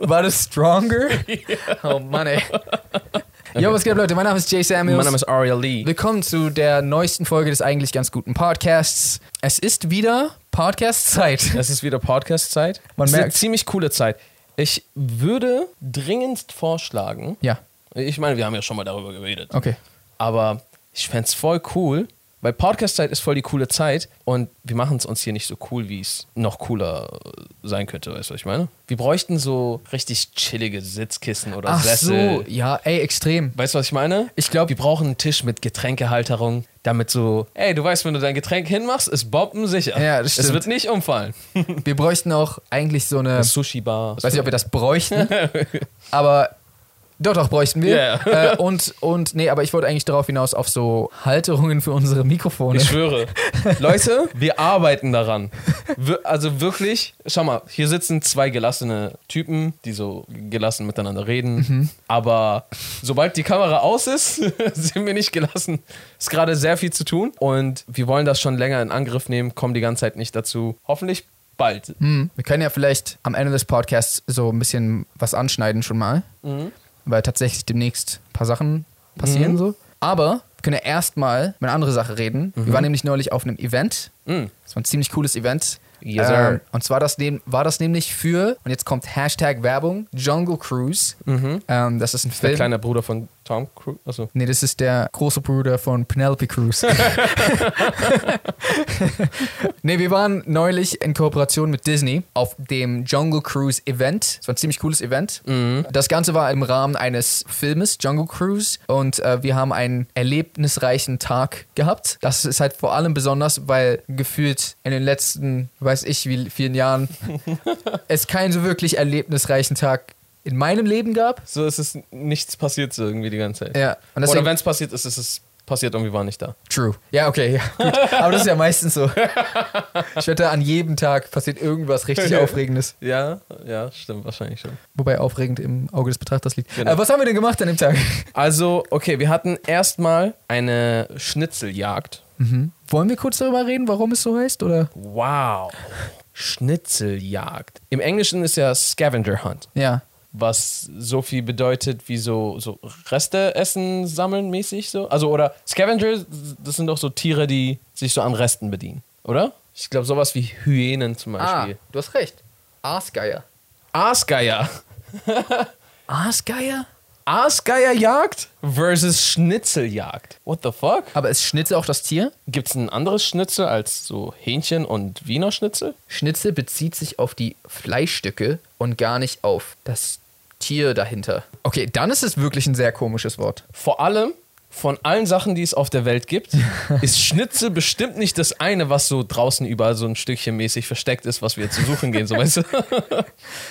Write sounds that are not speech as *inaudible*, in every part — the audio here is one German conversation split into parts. War das *laughs* Stronger? Oh Mann, *laughs* ey. Jo, was geht ab, Leute? Mein Name ist Jay Samuels. Mein Name ist Ariel *laughs* Lee. Willkommen zu der neuesten Folge des eigentlich ganz guten Podcasts. Es ist wieder Podcast-Zeit. Es ist wieder Podcast-Zeit. Man Es ist eine merkt's. ziemlich coole Zeit. Ich würde dringendst vorschlagen, Ja, ich meine, wir haben ja schon mal darüber geredet, okay. aber ich fände es voll cool, weil Podcast-Zeit ist voll die coole Zeit und wir machen es uns hier nicht so cool, wie es noch cooler äh, sein könnte, weißt du, was ich meine? Wir bräuchten so richtig chillige Sitzkissen oder Ach so, Sessel. ja, ey, extrem. Weißt du, was ich meine? Ich glaub- wir brauchen einen Tisch mit Getränkehalterung, damit so, ey, du weißt, wenn du dein Getränk hinmachst, ist Bomben sicher. Ja, das Es stimmt. wird nicht *laughs* umfallen. Wir bräuchten auch eigentlich so eine. Sushi-Bar. weiß nicht, ob wir das *laughs* bräuchten, aber doch, doch, bräuchten wir. Ja. Äh, und, und, nee, aber ich wollte eigentlich darauf hinaus auf so Halterungen für unsere Mikrofone. *laughs* Ich schwöre. Leute, wir arbeiten daran. Wir, also wirklich, schau mal, hier sitzen zwei gelassene Typen, die so gelassen miteinander reden. Mhm. Aber sobald die Kamera aus ist, *laughs* sind wir nicht gelassen. Ist gerade sehr viel zu tun und wir wollen das schon länger in Angriff nehmen, kommen die ganze Zeit nicht dazu. Hoffentlich bald. Hm, wir können ja vielleicht am Ende des Podcasts so ein bisschen was anschneiden schon mal, Mhm. weil tatsächlich demnächst ein paar Sachen passieren so. Aber wir können ja erstmal über eine andere Sache reden. Wir waren nämlich neulich auf einem Event. Mhm. Das war ein ziemlich cooles Event. Yes, sir. Ähm, und zwar das, nem- war das nämlich für, und jetzt kommt Hashtag Werbung, Jungle Cruise. Ähm, das ist ein Mhm. Der Film. kleine Bruder von Tom also, Cruise. Achso. Nee, das ist der große Bruder von Penelope *laughs* Cruz. nee, wir waren neulich in Kooperation mit Disney auf dem Jungle Cruise Event. Es war ein ziemlich cooles Event. Mhm. Das Ganze war im Rahmen eines Filmes, Jungle Cruise. Und äh, wir haben einen erlebnisreichen Tag gehabt. Das ist halt vor allem besonders, weil gefühlt in den letzten, weiß ich wie vielen *laughs* Jahren, es keinen so wirklich erlebnisreichen Tag in meinem Leben gab. So ist es nichts passiert so irgendwie die ganze Zeit. Ja, und Oder deswegen- wenn es passiert ist, ist es passiert und wir waren nicht da. True. Ja, okay, ja, gut. Aber das ist ja meistens so. Ich wette, an jedem Tag passiert irgendwas richtig Aufregendes. Ja, ja, stimmt, wahrscheinlich schon. Wobei aufregend im Auge des Betrachters liegt. Genau. Äh, was haben wir denn gemacht an dem Tag? Also, okay, wir hatten erstmal eine Schnitzeljagd. Wollen wir kurz darüber reden, warum es so heißt? Oder? Wow. Schnitzeljagd. Im Englischen ist ja Scavenger Hunt, Ja. was so viel bedeutet wie so, so Reste essen, sammeln mäßig so. Also, oder Scavenger, das sind doch so Tiere, die sich so an Resten bedienen, oder? Ich glaube, sowas wie Hyänen zum Beispiel. Ah, du hast recht. Aasgeier. Aasgeier. Aasgeier? Aasgeierjagd versus Schnitzeljagd. What the fuck? Aber ist Schnitzel auch das Tier? Gibt es ein anderes Schnitzel als so Hähnchen und Wiener Schnitzel? Schnitzel bezieht sich auf die Fleischstücke und gar nicht auf das Tier dahinter. Okay, dann ist es wirklich ein sehr komisches Wort. Vor allem von allen Sachen, die es auf der Welt gibt, ist Schnitzel bestimmt nicht das eine, was so draußen überall so ein Stückchen mäßig versteckt ist, was wir zu suchen gehen. So, weißt du?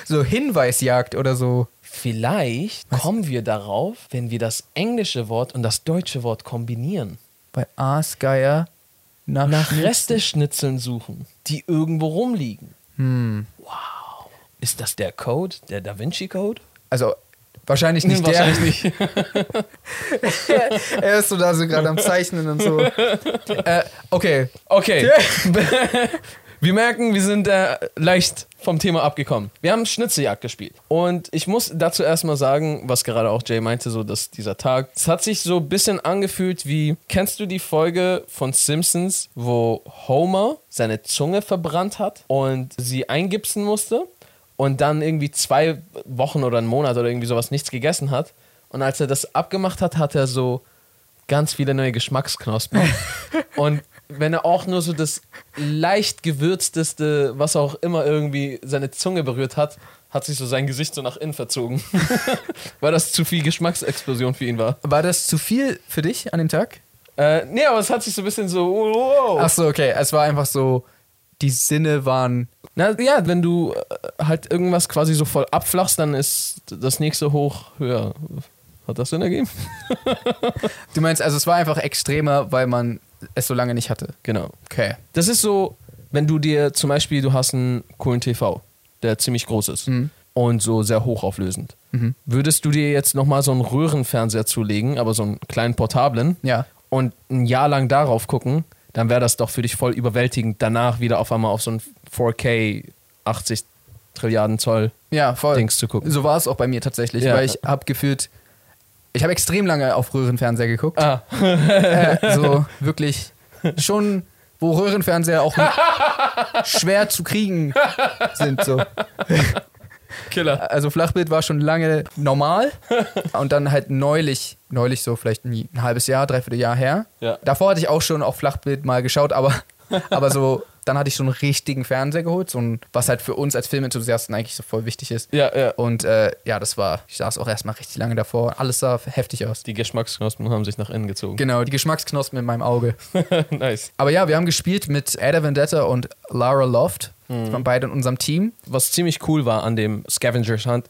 So Hinweisjagd oder so. Vielleicht kommen wir darauf, wenn wir das englische Wort und das deutsche Wort kombinieren. Bei Aasgeier nach, Nach Schnitzel- Resteschnitzeln suchen, die irgendwo rumliegen. Hm. Wow. Ist das der Code, der Da Vinci Code? Also wahrscheinlich nicht der. nicht. *laughs* er ist so da so *laughs* gerade am Zeichnen und so. äh, okay. Okay. *laughs* wir merken, wir sind äh, leicht vom Thema abgekommen. Wir haben Schnitzeljagd gespielt. Und ich muss dazu erstmal sagen, was gerade auch Jay meinte, so dass dieser Tag. Es hat sich so ein bisschen angefühlt wie: Kennst du die Folge von Simpsons, wo Homer seine Zunge verbrannt hat und sie eingipsen musste? Und dann irgendwie zwei Wochen oder einen Monat oder irgendwie sowas nichts gegessen hat. Und als er das abgemacht hat, hat er so ganz viele neue *laughs* Geschmacksknospen. und wenn er auch nur so das leicht gewürzteste, was auch immer irgendwie seine Zunge berührt hat, hat sich so sein Gesicht so nach innen verzogen. *laughs* Weil das zu viel Geschmacksexplosion für ihn war. War das zu viel für dich an dem Tag? Äh, nee, aber es hat sich so ein bisschen so. oh, Wow. Ach so, okay. Es war einfach so, die Sinne waren. Na ja, wenn du äh, halt irgendwas quasi so voll abflachst, dann ist das nächste hoch höher. Hat das Sinn ergeben? Du meinst, also es war einfach extremer, weil man es so lange nicht hatte. Genau. Okay. Das ist so, wenn du dir zum Beispiel, du hast einen coolen TV, der ziemlich groß ist und so sehr hochauflösend. würdest du dir jetzt nochmal so einen Röhrenfernseher zulegen, aber so einen kleinen portablen, Ja. und ein Jahr lang darauf gucken, dann wäre das doch für dich voll überwältigend, danach wieder auf einmal auf so ein 4K 80 Trilliarden Zoll Ja, voll. Dings zu gucken. So war es auch bei mir tatsächlich, Ja. weil ich habe gefühlt, ich habe extrem lange auf Röhrenfernseher geguckt. Ah. äh, so wirklich schon, wo Röhrenfernseher auch schwer zu kriegen sind. So. *laughs* Killer. Also Flachbild war schon lange normal und dann halt neulich, neulich so vielleicht ein halbes Jahr, dreiviertel Jahr her. Ja. Davor hatte ich auch schon auf Flachbild mal geschaut, aber, aber so, dann hatte ich so einen richtigen Fernseher geholt, so ein, was halt für uns als Filmenthusiasten eigentlich so voll wichtig ist. Ja, ja. Und äh, ja, das war, ich saß auch erstmal richtig lange davor. Alles sah heftig aus. Die Geschmacksknospen haben sich nach innen gezogen. Genau, die Geschmacksknospen in meinem Auge. *laughs* nice. Aber ja, wir haben gespielt mit Ada Vendetta und Lara Loft. Mhm. waren beide in unserem Team. Was ziemlich cool war an dem Scavengers Hunt.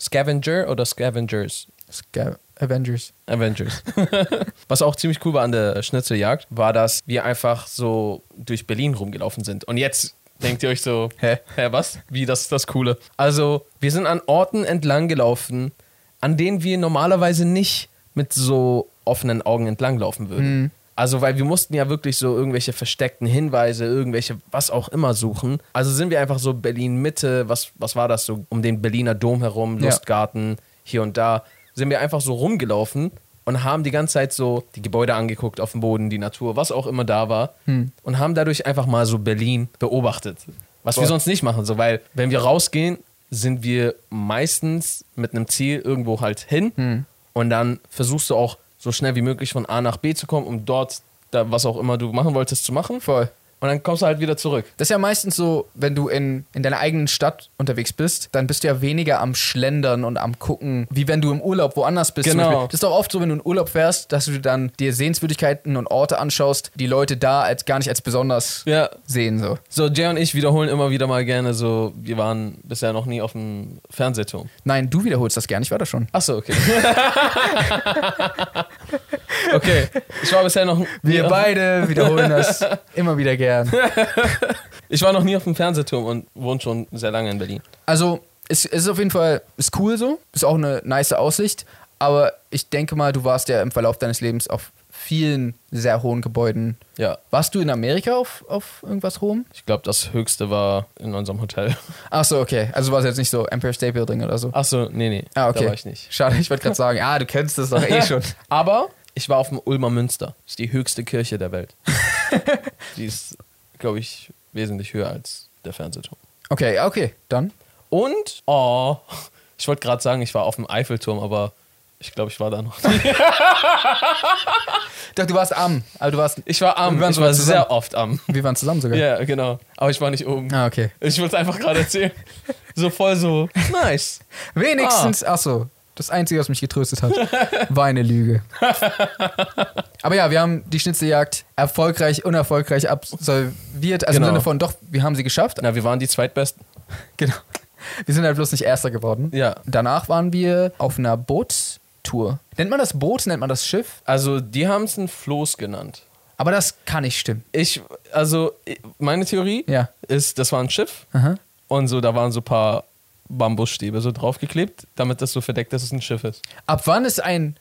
Scavenger oder Scavengers? Sca- Avengers. Avengers. *laughs* Was auch ziemlich cool war an der Schnitzeljagd, war, dass wir einfach so durch Berlin rumgelaufen sind. Und jetzt denkt ihr euch so, hä, hä, was? Wie, das ist das Coole. Also, wir sind an Orten entlang gelaufen, an denen wir normalerweise nicht mit so offenen Augen entlanglaufen würden. Also, weil wir mussten ja wirklich so irgendwelche versteckten Hinweise, irgendwelche was auch immer suchen. Also sind wir einfach so Berlin-Mitte, was, was war das so, um den Berliner Dom herum, Ja. Lustgarten, hier und da, sind wir einfach so rumgelaufen und haben die ganze Zeit so die Gebäude angeguckt, auf dem Boden, die Natur, was auch immer da war Hm. und haben dadurch einfach mal so Berlin beobachtet. Was wir Voll. sonst nicht machen, so, weil wenn wir rausgehen, sind wir meistens mit einem Ziel irgendwo halt hin Hm. und dann versuchst du auch so schnell wie möglich von A nach B zu kommen, um dort, da, was auch immer du machen wolltest, zu machen. Voll. Und dann kommst du halt wieder zurück. Das ist ja meistens so, wenn du in, in deiner eigenen Stadt unterwegs bist, dann bist du ja weniger am Schlendern und am Gucken, wie wenn du im Urlaub woanders bist. zum Genau. Beispiel. Das ist auch oft so, wenn du in Urlaub fährst, dass du dann dir Sehenswürdigkeiten und Orte anschaust, die Leute da als gar nicht als besonders Ja, sehen. So. So, Jay und ich wiederholen immer wieder mal gerne so, wir waren bisher noch nie auf dem Fernsehturm. Nein, du wiederholst das gern, ich war da schon. *laughs* Achso, okay. okay, ich war bisher noch nie Wir auf, beide wiederholen *laughs* das immer wieder gern. Ich war noch nie auf dem Fernsehturm und wohne schon sehr lange in Berlin. Also, es ist auf jeden Fall ist cool so, ist auch eine nice Aussicht, aber ich denke mal, du warst ja im Verlauf deines Lebens auf vielen sehr hohen Gebäuden. Ja, Warst du in Amerika auf, auf irgendwas hohem? ich glaube, das höchste war in unserem Hotel. Achso, okay. Also war es jetzt nicht so Empire State Building oder so. Achso, nee, nee, Ah, okay. da war ich nicht. Schade, ich wollte *laughs* gerade sagen, ah, du kennst das doch eh schon. Aber ich war auf dem Ulmer Münster. Das ist die höchste Kirche *laughs* der Welt. die ist, glaube ich, wesentlich höher als der Fernsehturm. Okay, ja, okay, dann. Und, oh, ich wollte gerade sagen, ich war auf dem Eiffelturm, aber ich glaube, ich war da noch. nicht. Doch, du warst am, aber du warst, Ich war am, Wir waren ich sogar war zusammen. sehr oft am. wir waren zusammen sogar. Ja, genau. Aber ich war nicht oben. Ah, okay. Ich wollte es einfach gerade *laughs* erzählen. So voll so, nice. Wenigstens, Ah. ach so, das Einzige, was mich getröstet hat, *laughs* war eine Lüge. *laughs* Aber ja, wir haben die Schnitzeljagd erfolgreich, unerfolgreich absolviert. Also Genau. im Sinne von, doch, wir haben sie geschafft. Na, wir waren die Zweitbesten. Genau. Wir sind halt bloß nicht Erster geworden. Ja. Danach waren wir auf einer Bootstour. Nennt man das Boot, nennt man das Schiff? Also, die haben es ein Floß genannt. Aber das kann nicht stimmen. Ich, also, ich- meine Theorie Ja. ist, das war ein Schiff Aha. und so, da waren so ein paar Bambusstäbe so draufgeklebt, damit das so verdeckt, dass es ein Schiff ist. Ab wann ist ein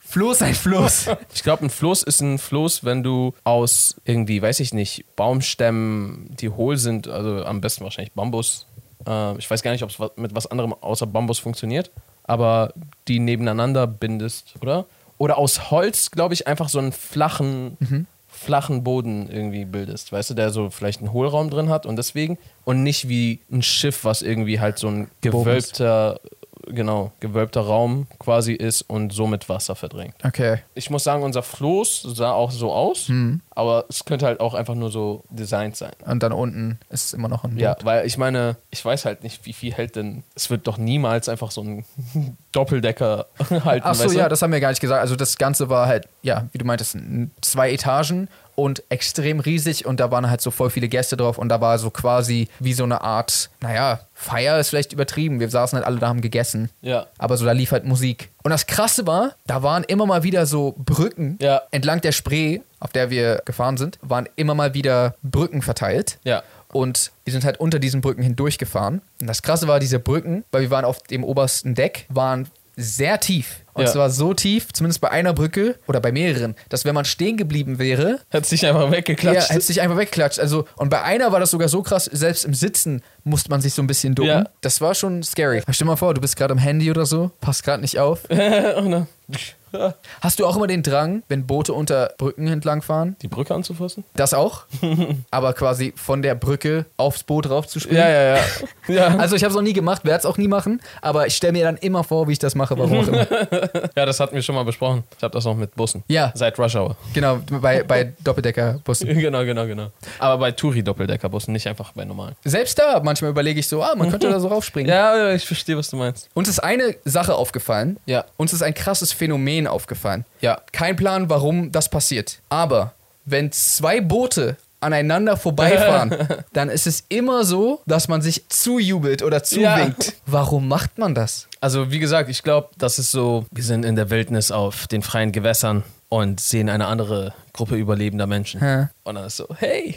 Floß ein *laughs* Floß? Ich glaube, ein Floß ist ein Floß, wenn du aus irgendwie, weiß ich nicht, Baumstämmen, die hohl sind, also am besten wahrscheinlich Bambus. Äh, ich weiß gar nicht, ob es mit was anderem außer Bambus funktioniert, aber die nebeneinander bindest, oder? Oder aus Holz, glaube ich, einfach so einen flachen, flachen Boden irgendwie bildest, weißt du, der so vielleicht einen Hohlraum drin hat und deswegen und nicht wie ein Schiff, was irgendwie halt so ein Gebogen ist. gewölbter, genau, gewölbter Raum quasi ist und somit Wasser verdrängt Okay. ich muss sagen, unser Floß sah auch so aus, aber es könnte halt auch einfach nur so designt sein. Und dann unten ist immer noch ein Boot. Ja, weil ich meine, ich weiß halt nicht, wie viel hält denn. Es wird doch niemals einfach so ein *laughs* Doppeldecker halten. Ach so, weißt du? ja, das haben wir gar nicht gesagt. Also das Ganze war halt, ja, wie du meintest, n- zwei Etagen und extrem riesig und da waren halt so voll viele Gäste drauf und da war so quasi wie so eine Art, naja, Feier ist vielleicht übertrieben. Wir saßen halt alle da, haben gegessen. Ja. Aber so, da lief halt Musik. Und das Krasse war, da waren immer mal wieder so Brücken Ja. entlang der Spree, auf der wir gefahren sind, waren immer mal wieder Brücken verteilt. Ja. und wir sind halt unter diesen Brücken hindurchgefahren. Und das Krasse war, diese Brücken, weil wir waren auf dem obersten Deck, waren sehr tief. Und Ja. zwar so tief, zumindest bei einer Brücke oder bei mehreren, dass wenn man stehen geblieben wäre, Hat sich einfach ja, weggeklatscht. hätte sich einfach weggeklatscht. Also, und bei einer war das sogar so krass, selbst im Sitzen musste man sich so ein bisschen ducken. Ja. Das war schon scary. Stell dir mal vor, du bist gerade am Handy oder so, passt gerade nicht auf. *laughs* oh, ne. Hast du auch immer den Drang, wenn Boote unter Brücken entlang fahren? Die Brücke anzufassen? Das *laughs* auch, aber quasi von der Brücke aufs Boot raufzuspringen. Ja, ja, ja. *laughs* ja. Also ich habe es noch nie gemacht, werde es auch nie machen, aber ich stelle mir dann immer vor, wie ich das mache, warum auch immer. ja, das hatten wir schon mal besprochen. Ich habe das noch mit Bussen. Ja. Seit Rush Hour. *laughs* *laughs* genau, bei, bei Doppeldeckerbussen. genau, genau, genau. Aber bei Touri-Doppeldeckerbussen, nicht einfach bei normalen. Selbst da manchmal überlege ich so, ah, man könnte da *laughs* so raufspringen. Ja, ich verstehe, was du meinst. Uns ist eine Sache aufgefallen. Ja. Uns ist ein krasses Phänomen aufgefallen. Ja. Kein Plan, warum das passiert. Aber wenn zwei Boote aneinander *laughs* vorbeifahren, dann ist es immer so, dass man sich zujubelt oder zuwinkt. Ja. Warum macht man *laughs* das? Also, wie gesagt, ich glaube, das ist so, wir sind in der Wildnis auf den freien Gewässern und sehen eine andere Gruppe überlebender Menschen. Hä? Und dann ist so, hey.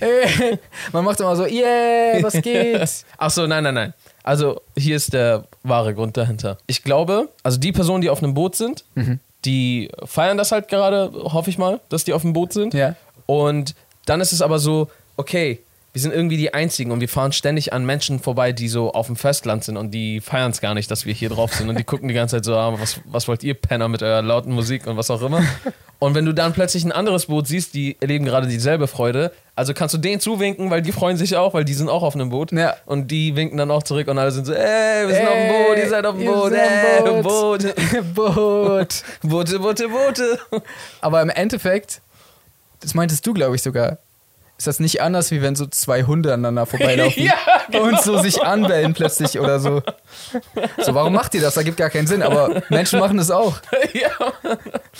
man macht immer so, yeah, was *laughs* geht? Ach so, nein, nein, nein. Also, hier ist der wahre Grund dahinter. Ich glaube, also die Personen, die auf einem Boot sind, Mhm. die feiern das halt gerade, hoffe ich mal, dass die auf dem Boot sind. Ja. Und dann ist es aber so, okay, wir sind irgendwie die Einzigen und wir fahren ständig an Menschen vorbei, die so auf dem Festland sind und die feiern es gar nicht, dass wir hier drauf sind und die gucken die ganze Zeit so, ah, was, was wollt ihr Penner mit eurer lauten Musik und was auch immer. Und wenn du dann plötzlich ein anderes Boot siehst, die erleben gerade dieselbe Freude, also kannst du denen zuwinken, weil die freuen sich auch, weil die sind auch auf einem Boot. Ja. Und die winken dann auch zurück und alle sind so, ey, wir sind auf dem Boot, ihr seid auf dem Ihr Boot, seid ey, am Boot. Boot. Boote, Boote, Boote. Aber im Endeffekt, das meintest du, glaube ich, sogar. Ist das nicht anders, wie wenn so zwei Hunde aneinander vorbeilaufen *laughs* Ja, genau. und so sich anbellen plötzlich oder so? So, warum macht ihr das? Da gibt gar keinen Sinn, aber Menschen machen das auch. ja.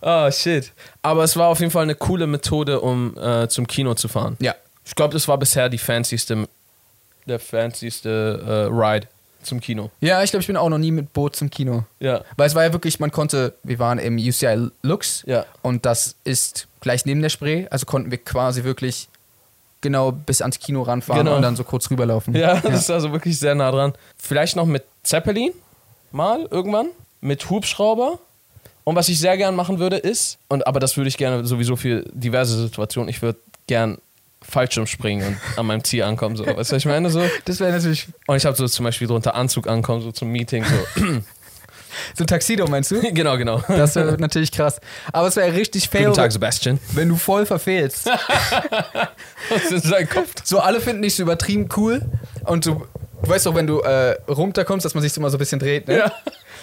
oh, shit. Aber es war auf jeden Fall eine coole Methode, um äh, zum Kino zu fahren. Ja. Ich glaube, das war bisher die fancyste, der fancyste äh, Ride zum Kino. Ja, ich glaube, ich bin auch noch nie mit Boot zum Kino. Ja. Weil es war ja wirklich, man konnte, wir waren im UCI Lux Ja. und das ist gleich neben der Spree, also konnten wir quasi wirklich genau bis ans Kino ranfahren Genau. und dann so kurz rüberlaufen. *laughs* Ja, das ist also wirklich sehr nah dran. Vielleicht noch mit Zeppelin mal irgendwann, mit Hubschrauber. Und was ich sehr gern machen würde, ist, und aber das würde ich gerne sowieso für diverse Situationen, ich würde gern Fallschirm springen und an meinem Ziel ankommen. So. Weißt du, was ich meine? So. Das wäre natürlich Und ich habe so zum Beispiel drunter Anzug ankommen, so zum Meeting. So. *laughs* so ein Taxido, meinst du? genau, genau. Das *laughs* wäre natürlich krass. Aber es wäre richtig fail, Guten Tag, Sebastian. wenn du voll verfehlst. *laughs* Das ist sein Kopf. So, alle finden dich so übertrieben cool und du, du weißt doch, wenn du äh, runterkommst, dass man sich so mal so ein bisschen dreht, ne? Ja.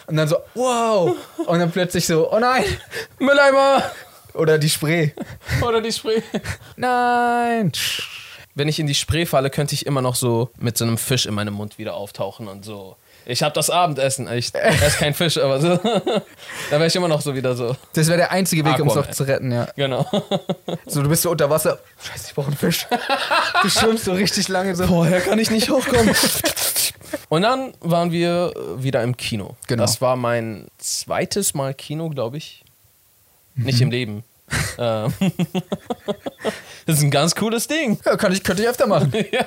Und dann so, wow! Und dann plötzlich so, oh nein! Mülleimer! Oder die Spree. Oder die Spree. Nein! Wenn ich in die Spree falle, könnte ich immer noch so mit so einem Fisch in meinem Mund wieder auftauchen und so. Ich habe das Abendessen. Ich esse kein Fisch, aber so. *laughs* da wäre ich immer noch so wieder so. Das wäre der einzige Weg, um es Aquaman. noch zu retten, ja. Genau. So, du bist so unter Wasser. Scheiße, ich brauche einen Fisch. Du schwimmst so richtig lange so. Vorher kann ich nicht hochkommen. Und dann waren wir äh, wieder im Kino. Genau. Das war mein zweites Mal Kino, glaube ich. Nicht im Leben. Ähm, *laughs* das ist ein ganz cooles Ding. *laughs* *laughs* Ja, kann ich, könnte ich öfter machen. ja.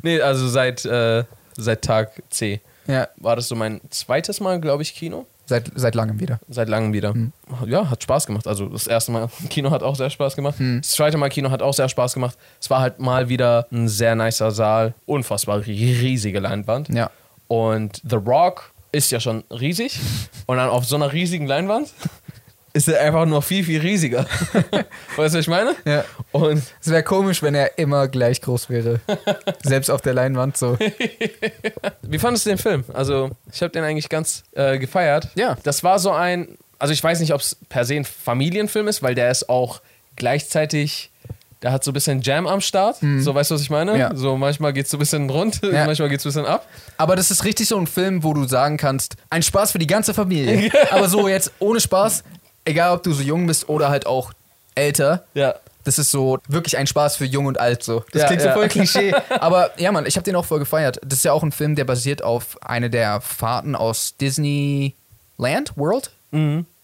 Nee, also seit, äh, seit Tag C Ja, war das so mein zweites Mal, glaube ich, Kino. seit, seit langem wieder. Seit langem wieder. Hm. Ja, hat Spaß gemacht. Also das erste Mal *laughs* Kino hat auch sehr Spaß gemacht. Hm. Das zweite Mal Kino hat auch sehr Spaß gemacht. Es war halt mal wieder ein sehr nicer Saal. Unfassbar riesige Leinwand. Ja. Und The Rock ist ja schon *laughs* riesig. Und dann auf so einer riesigen Leinwand ist er einfach nur viel, *laughs* viel riesiger. weißt du, was ich meine? Ja. Und Es wäre komisch, wenn er immer gleich groß *laughs* wäre. Selbst auf der Leinwand so. Wie fandest du den Film? Also, ich habe den eigentlich ganz äh, gefeiert. Ja. Das war so ein, also ich weiß nicht, ob es per se ein Familienfilm ist, weil der ist auch gleichzeitig, der hat so ein bisschen Jam am Start. So, weißt du, was ich meine? Mhm. Ja. So, manchmal geht's so ein bisschen rund, *laughs* Ja. manchmal geht's ein bisschen ab. Aber das ist richtig so ein Film, wo du sagen kannst, ein Spaß für die ganze *laughs* Familie. Aber so jetzt ohne Spaß, egal ob du so jung bist oder halt auch älter, Ja. das ist so wirklich ein Spaß für jung und alt so. Das Ja, klingt ja. so voll *laughs* Klischee. Aber ja, Mann, ich habe den auch voll gefeiert. Das ist ja auch ein Film, der basiert auf einer der Fahrten aus Disneyland World.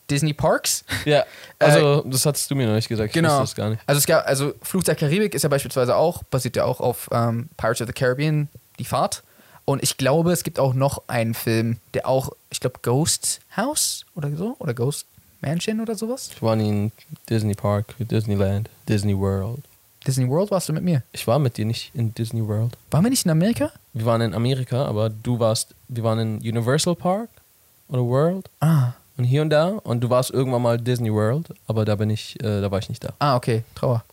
Disney Parks. Mhm. Ja, also Äh, das hattest du mir noch nicht gesagt. Ich wusste das gar nicht. Also es gab, also Fluch der Karibik ist ja beispielsweise auch, basiert ja auch auf ähm, Pirates of the Caribbean, die Fahrt. Und ich glaube, es gibt auch noch einen Film, der auch, ich glaube, Ghost House oder so, oder Ghost Mansion oder sowas. Ich war nie in Disney Park, Disneyland, Disney World. Disney World warst du mit mir. Ich war mit dir nicht in Disney World. Waren wir nicht in Amerika? Wir waren in Amerika, aber du warst, wir waren in Universal Park oder World Ah. und hier und da und du warst irgendwann mal Disney World, aber da bin ich, äh, da war ich nicht da. Ah, okay, *laughs* Trauer.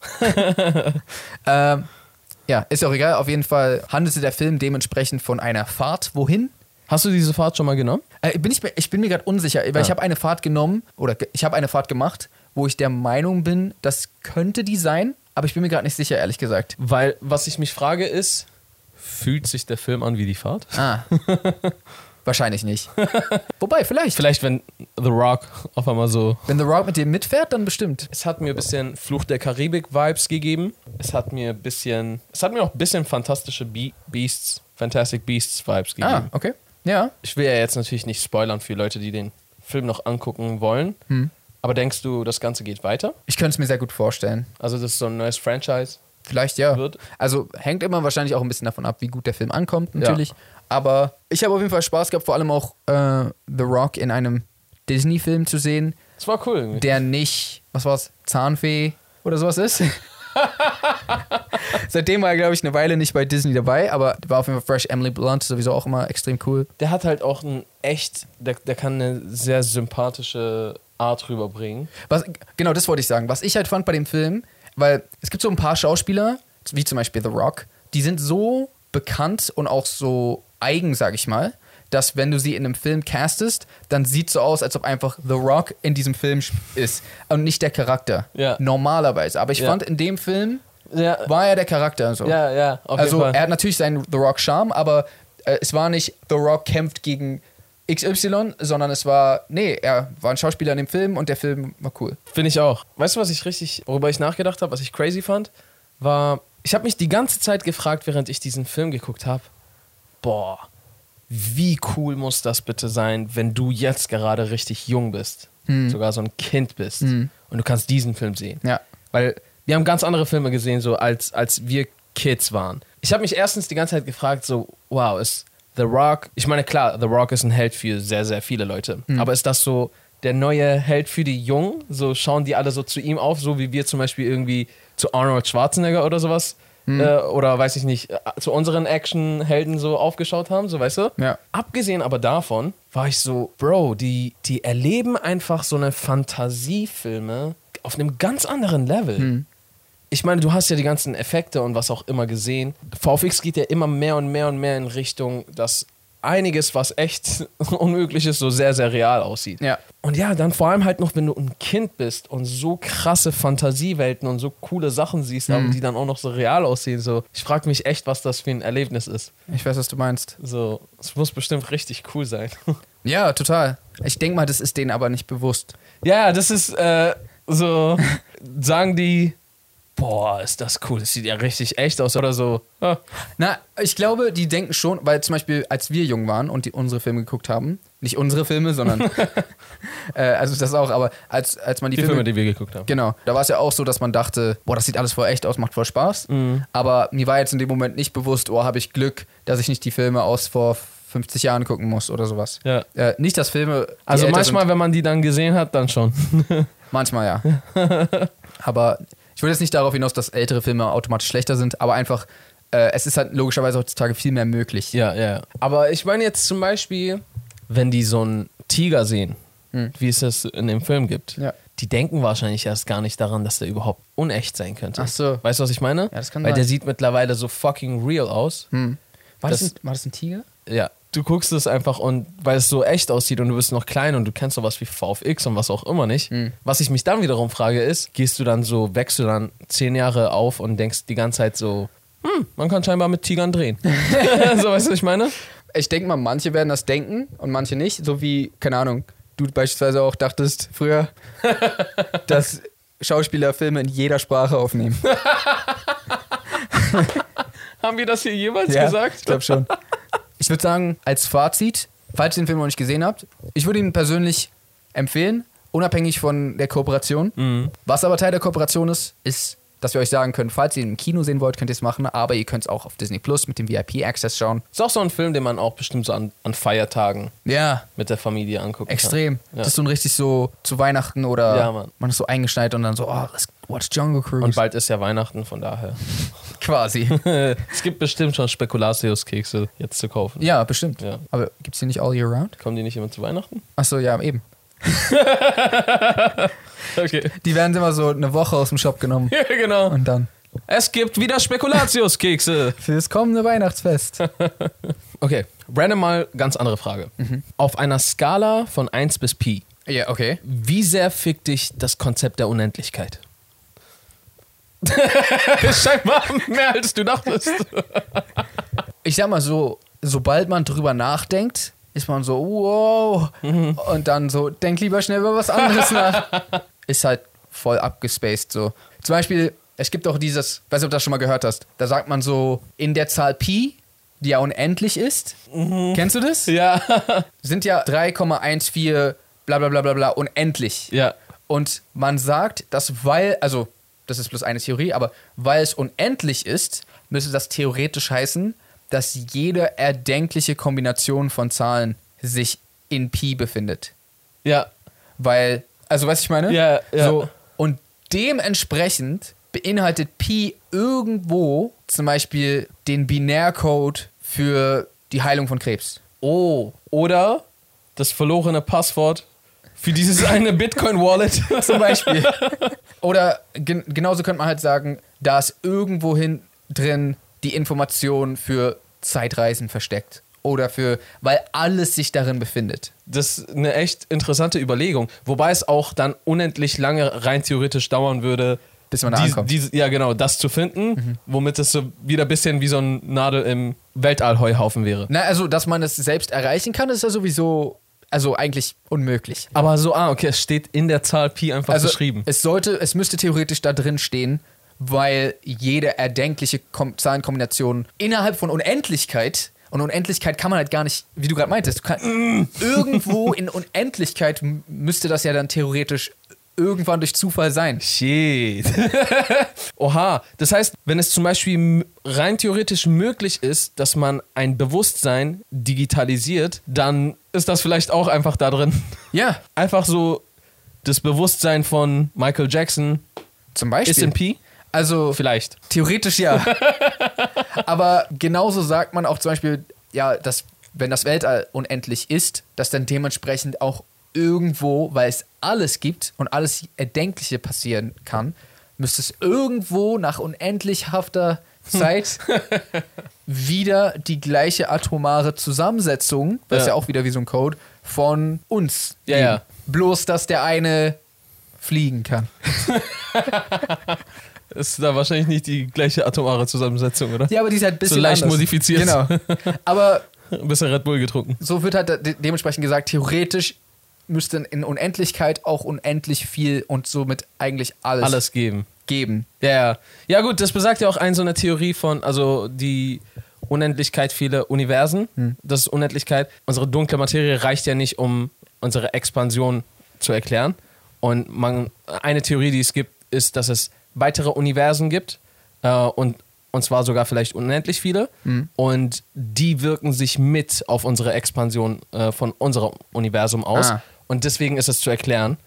ähm, ja, ist auch egal. Auf jeden Fall handelte der Film dementsprechend von einer Fahrt wohin. Hast du diese Fahrt schon mal genommen? Äh, bin ich, mir- ich bin mir gerade unsicher, weil Ah. ich habe eine Fahrt genommen oder ge- ich habe eine Fahrt gemacht, wo ich der Meinung bin, das könnte die sein, aber ich bin mir gerade nicht sicher, ehrlich gesagt. Weil was ich mich frage ist, fühlt sich der Film an wie die Fahrt? Ah. Wahrscheinlich nicht. Wobei, vielleicht. Vielleicht wenn The Rock auf einmal so Wenn The Rock mit dir mitfährt, dann bestimmt. Es hat mir ein bisschen Fluch der Karibik-Vibes gegeben. Es hat mir ein bisschen. Es hat mir auch ein bisschen fantastische Be Beasts, Fantastic Beasts-Vibes Ah, gegeben. okay. Ja. Ich will ja jetzt natürlich nicht spoilern für Leute, die den Film noch angucken wollen. Aber denkst du, das Ganze geht weiter? Ich könnte es mir sehr gut vorstellen. Also, das ist so ein neues Franchise. Vielleicht ja. Wird- Also hängt immer wahrscheinlich auch ein bisschen davon ab, wie gut der Film ankommt, natürlich. Aber ich habe auf jeden Fall Spaß gehabt, vor allem auch äh, The Rock in einem Disney-Film zu sehen, Das war cool irgendwie. der nicht, was war's, Zahnfee oder sowas *laughs* ist. Seitdem war er, glaube ich, eine Weile nicht bei Disney dabei, aber war auf jeden Fall fresh. Emily Blunt ist sowieso auch immer extrem cool. Der hat halt auch ein echt. Der, der kann eine sehr sympathische Art rüberbringen. Was, genau, das wollte ich sagen. Was ich halt fand bei dem Film, weil es gibt so ein paar Schauspieler, wie zum Beispiel The Rock, die sind so bekannt und auch so eigen, sag ich mal, dass wenn du sie in einem Film castest, dann sieht so aus, als ob einfach The Rock in diesem Film sp- ist und nicht der Charakter. Ja. Normalerweise. Aber ich Ja. fand, in dem Film Ja, war er der Charakter. So. ja, ja. Auf also jeden er Fall. hat natürlich seinen The Rock Charme, aber äh, es war nicht The Rock kämpft gegen XY, sondern es war, nee, er war ein Schauspieler in dem Film und der Film war cool. Finde ich auch. Weißt du, was ich richtig, worüber ich nachgedacht habe, was ich crazy fand, war, ich habe mich die ganze Zeit gefragt, während ich diesen Film geguckt habe, boah, wie cool muss das bitte sein, wenn du jetzt gerade richtig jung bist, sogar so ein Kind bist und du kannst diesen Film sehen. Hm. Ja. Weil wir haben ganz andere Filme gesehen, so als, als wir Kids waren. Ich habe mich erstens die ganze Zeit gefragt, so, wow, ist The Rock, ich meine, klar, The Rock ist ein Held für sehr, sehr viele Leute, aber ist das so der neue Held für die Jungen? So schauen die alle so zu ihm auf, so wie wir zum Beispiel irgendwie zu Arnold Schwarzenegger oder sowas. Äh, oder weiß ich nicht, äh, zu unseren Action-Helden so aufgeschaut haben, so weißt du? Ja. Abgesehen aber davon war ich so, Bro, die, die erleben einfach so eine Fantasiefilme auf einem ganz anderen Level. Ich meine, du hast ja die ganzen Effekte und was auch immer gesehen. VFX geht ja immer mehr und mehr und mehr in Richtung, dass einiges, was echt *laughs* unmöglich ist, so sehr, sehr real aussieht. Ja. Und ja, dann vor allem halt noch, wenn du ein Kind bist und so krasse Fantasiewelten und so coole Sachen siehst, aber die dann auch noch so real aussehen. So, ich frage mich echt, was das für ein Erlebnis ist. Ich weiß, was du meinst. So, es muss bestimmt richtig cool sein. *laughs* Ja, total. Ich denke mal, das ist denen aber nicht bewusst. ja, das ist äh, so, sagen die, boah, ist das cool, das sieht ja richtig echt aus oder so. Ah, Na, ich glaube, die denken schon, weil zum Beispiel, als wir jung waren und die unsere Filme geguckt haben, nicht unsere Filme, *laughs* sondern äh, also das auch, aber als, als man die, die Filme, Filme, die wir geguckt haben. Genau. Da war es ja auch so, dass man dachte, boah, das sieht alles voll echt aus, macht voll Spaß. Aber mir war jetzt in dem Moment nicht bewusst, oh, habe ich Glück, dass ich nicht die Filme aus vor 50 Jahren gucken muss oder sowas. Ja. Äh, nicht, dass Filme. die Also älter manchmal, wenn man die dann gesehen hat, dann schon. *laughs* Manchmal ja. *laughs* aber ich will jetzt nicht darauf hinaus, dass ältere Filme automatisch schlechter sind, aber einfach, äh, es ist halt logischerweise heutzutage viel mehr möglich. Ja, ja. Aber ich meine jetzt zum Beispiel, wenn die so einen Tiger sehen, wie es das in dem Film gibt, Hm. Ja. die denken wahrscheinlich erst gar nicht daran, dass der überhaupt unecht sein könnte. Ach so. Weißt du, was ich meine? Ja, das kann Weil sein. der sieht mittlerweile so fucking real aus. War, Hm. das Das- ein, war das ein Tiger? Ja. Du guckst es einfach und weil es so echt aussieht und du bist noch klein und du kennst sowas wie VFX und was auch immer nicht. Was ich mich dann wiederum frage ist, gehst du dann so, wächst du dann zehn Jahre auf und denkst die ganze Zeit so, hm, man kann scheinbar mit Tigern *laughs* drehen. so, weißt du, was ich meine? Ich denke mal, manche werden das denken und manche nicht. So wie, keine Ahnung, du beispielsweise auch dachtest früher, dass Schauspieler Filme in jeder Sprache aufnehmen. Haben wir das hier jeweils Ich glaube schon. Ich würde sagen, als Fazit, falls ihr den Film noch nicht gesehen habt, ich würde ihn persönlich empfehlen, unabhängig von der Kooperation. Was aber Teil der Kooperation ist, ist, dass wir euch sagen können, falls ihr ihn im Kino sehen wollt, könnt ihr es machen, aber ihr könnt es auch auf Disney Plus mit dem VIP-Access schauen. Ist auch so ein Film, den man auch bestimmt so an, an Feiertagen Ja, mit der Familie angucken extrem. kann. Das ist Ja. so ein richtig so zu Weihnachten oder Ja, Mann. man ist so eingeschneit und dann so, oh, let's watch Jungle Cruise. Und bald ist ja Weihnachten, von daher. *laughs* quasi. es gibt bestimmt schon Spekulatius-Kekse jetzt zu *laughs* kaufen. ja, bestimmt. Ja. Aber gibt es die nicht all year round? Kommen die nicht immer zu Weihnachten? Achso, ja, eben. Okay. Die werden immer so eine Woche aus dem Shop genommen *laughs* Ja, genau. und dann Es gibt wieder Spekulatius-Kekse. fürs kommende Weihnachtsfest. *laughs* Okay, random mal ganz andere Frage. Auf einer Skala von 1 bis Pi, ja, okay. wie sehr fickt dich das Konzept der *laughs* Unendlichkeit? Scheinbar mehr als du dachtest. ich sag mal so, sobald man drüber nachdenkt, ist man so, wow. Und dann so, denk lieber schnell über was anderes nach. Ist halt voll abgespaced so. Zum Beispiel, es gibt auch dieses, weiß nicht, ob du das schon mal gehört hast, da sagt man so, in der Zahl Pi, die ja unendlich ist, kennst du das? Ja. Sind ja 3,14 bla bla bla bla bla unendlich. *laughs* Ja. Und man sagt, dass weil, also das ist bloß eine Theorie, aber weil es unendlich ist, müsste das theoretisch heißen, dass jede erdenkliche Kombination von Zahlen sich in Pi befindet. Ja. Weil, also weißt du, ich meine? Ja, ja. So, und dementsprechend beinhaltet Pi irgendwo zum Beispiel den Binärcode für die Heilung von Krebs. Oh. Oder das verlorene Passwort für dieses eine *laughs* Bitcoin-Wallet. Zum Beispiel. Oder gen genauso könnte man halt sagen, da ist irgendwohin drin die Information für Zeitreisen versteckt. Oder für, weil alles sich darin befindet. Das ist eine echt interessante Überlegung. Wobei es auch dann unendlich lange rein theoretisch dauern würde, Bis man da dies- ankommt. Mhm. dies- ja, genau, das zu finden, womit es so wieder ein bisschen wie so ein Nadel im Weltallheuhaufen wäre. Na, also, dass man es selbst erreichen kann, ist ja sowieso, also eigentlich unmöglich. Aber so, ah, okay, es steht in der Zahl Pi einfach Also, geschrieben. es sollte, es müsste theoretisch da drin stehen, weil jede erdenkliche Kom Zahlenkombination innerhalb von Unendlichkeit und Unendlichkeit kann man halt gar nicht, wie du gerade meintest, du *laughs* kann, irgendwo in Unendlichkeit m- müsste das ja dann theoretisch irgendwann durch Zufall sein. Shit. *laughs* Oha. Das heißt, wenn es zum Beispiel m- rein theoretisch möglich ist, dass man ein Bewusstsein digitalisiert, dann ist das vielleicht auch einfach da drin. Ja, Einfach so das Bewusstsein von Michael Jackson zum ist Beispiel. in Pi. Also Vielleicht. theoretisch *laughs* ja. Aber genauso sagt man auch zum Beispiel, ja, dass wenn das Weltall unendlich ist, dass dann dementsprechend auch irgendwo, weil es alles gibt und alles Erdenkliche passieren kann, müsste es irgendwo nach unendlichhafter *laughs* Zeit wieder die gleiche atomare Zusammensetzung, das ist ja Ja. auch wieder wie so ein Code, von uns. Ja, geben. ja. Bloß, dass der eine fliegen kann. Ist da wahrscheinlich nicht die gleiche atomare Zusammensetzung, oder? Ja, aber die ist halt ein bisschen leicht anders. modifiziert. *laughs* Genau. Aber Ein bisschen Red Bull getrunken. so wird halt de dementsprechend gesagt, theoretisch müsste in Unendlichkeit auch unendlich viel und somit eigentlich alles, Alles geben. geben. Ja, ja. Ja, gut, das besagt ja auch ein so eine Theorie von, also die Unendlichkeit vieler Universen. Das ist Unendlichkeit. Unsere dunkle Materie reicht ja nicht, um unsere Expansion zu erklären. Und man, eine Theorie, die es gibt, ist, dass es weitere Universen gibt. Äh, und, und zwar sogar vielleicht unendlich viele. Und die wirken sich mit auf unsere Expansion äh, von unserem Universum aus. Ah. Und deswegen ist es zu erklären.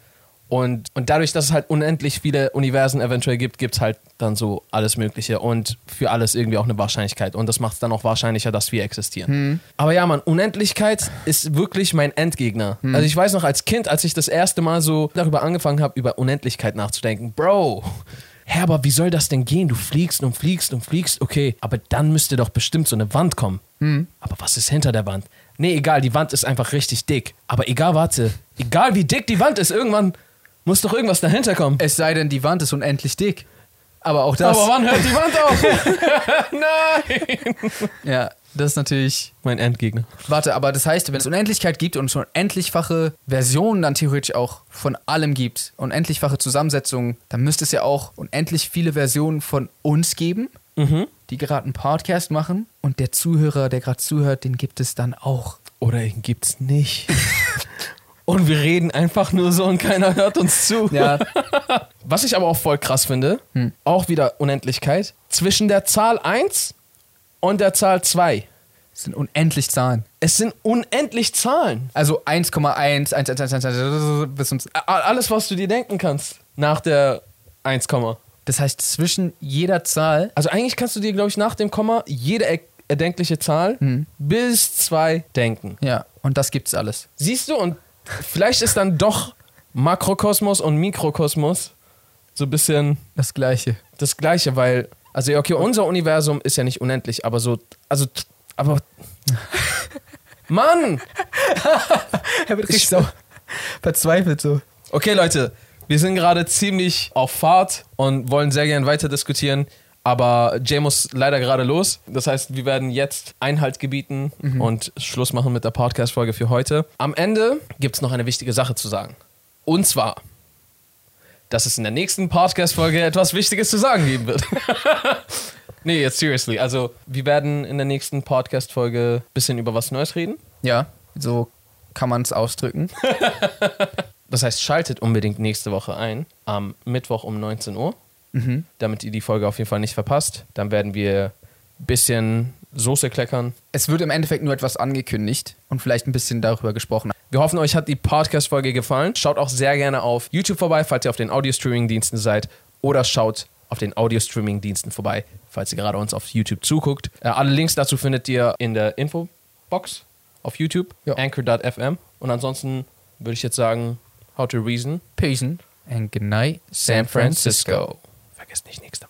Und, und dadurch, dass es halt unendlich viele Universen eventuell gibt, gibt es halt dann so alles Mögliche und für alles irgendwie auch eine Wahrscheinlichkeit. Und das macht es dann auch wahrscheinlicher, dass wir existieren. Aber ja, Mann, Unendlichkeit ist wirklich mein Endgegner. Also ich weiß noch als Kind, als ich das erste Mal so darüber angefangen habe, über Unendlichkeit nachzudenken, Bro. Hä, aber wie soll das denn gehen? Du fliegst und fliegst und fliegst, okay, aber dann müsste doch bestimmt so eine Wand kommen. Aber was ist hinter der Wand? Nee, egal, die Wand ist einfach richtig dick. Aber egal, warte. Egal wie dick die Wand ist, irgendwann muss doch irgendwas dahinter kommen. Es sei denn, die Wand ist unendlich dick. Aber auch das, Aber wann hört die Wand auf? Nein! *laughs* ja, das ist natürlich. *laughs* Mein Endgegner. Warte, aber das heißt, wenn es Unendlichkeit gibt und es unendlichfache Versionen dann theoretisch auch von allem gibt, unendlichfache Zusammensetzungen, dann müsste es ja auch unendlich viele Versionen von uns geben, Mhm. die gerade einen Podcast machen und der Zuhörer, der gerade zuhört, den gibt es dann auch. Oder ihn gibt's nicht. und wir reden einfach nur so und keiner hört uns zu. Ja, *laughs* Was ich aber auch voll krass finde, auch wieder Unendlichkeit, zwischen der Zahl 1 und der Zahl 2. es sind unendlich Zahlen. Es sind unendlich Zahlen. Also 1,1, 1,1, bis zum. A- a- Alles, was du dir denken kannst nach der 1, Komma. Das heißt, zwischen jeder Zahl. Also eigentlich kannst du dir, glaube ich, nach dem Komma jede er erdenkliche Zahl bis 2 denken. Ja, und das gibt's alles. Siehst du, und vielleicht ist dann doch Makrokosmos und Mikrokosmos so ein bisschen Das Gleiche. das Gleiche, weil, also ja, okay, unser Universum ist ja nicht unendlich, aber so, also, t- aber. Mann! *laughs* Er wird richtig sauer. Verzweifelt so. Okay, Leute, wir sind gerade ziemlich auf Fahrt und wollen sehr gern weiter diskutieren. Aber Jay muss leider gerade los. Das heißt, wir werden jetzt Einhalt gebieten und Schluss machen mit der Podcast-Folge für heute. Am Ende gibt es noch eine wichtige Sache zu sagen. Und zwar, dass es in der nächsten Podcast-Folge etwas Wichtiges zu sagen geben wird. *laughs* nee, jetzt seriously. Also, wir werden in der nächsten Podcast-Folge ein bisschen über was Neues reden. Ja, so kann man es ausdrücken. *laughs* Das heißt, schaltet unbedingt nächste Woche ein, am Mittwoch um 19 Uhr, damit ihr die Folge auf jeden Fall nicht verpasst. Dann werden wir ein bisschen Soße kleckern. Es wird im Endeffekt nur etwas angekündigt und vielleicht ein bisschen darüber gesprochen. Wir hoffen, euch hat die Podcast-Folge gefallen. Schaut auch sehr gerne auf YouTube vorbei, falls ihr auf den Audio-Streaming-Diensten seid. Oder schaut auf den Audio-Streaming-Diensten vorbei, falls ihr gerade uns auf YouTube zuguckt. Äh, alle Links dazu findet ihr in der Infobox auf YouTube, Ja. anchor.fm. Und ansonsten würde ich jetzt sagen, how to reason. Peace and good night, San Francisco. Vergesst nicht nächste Woche.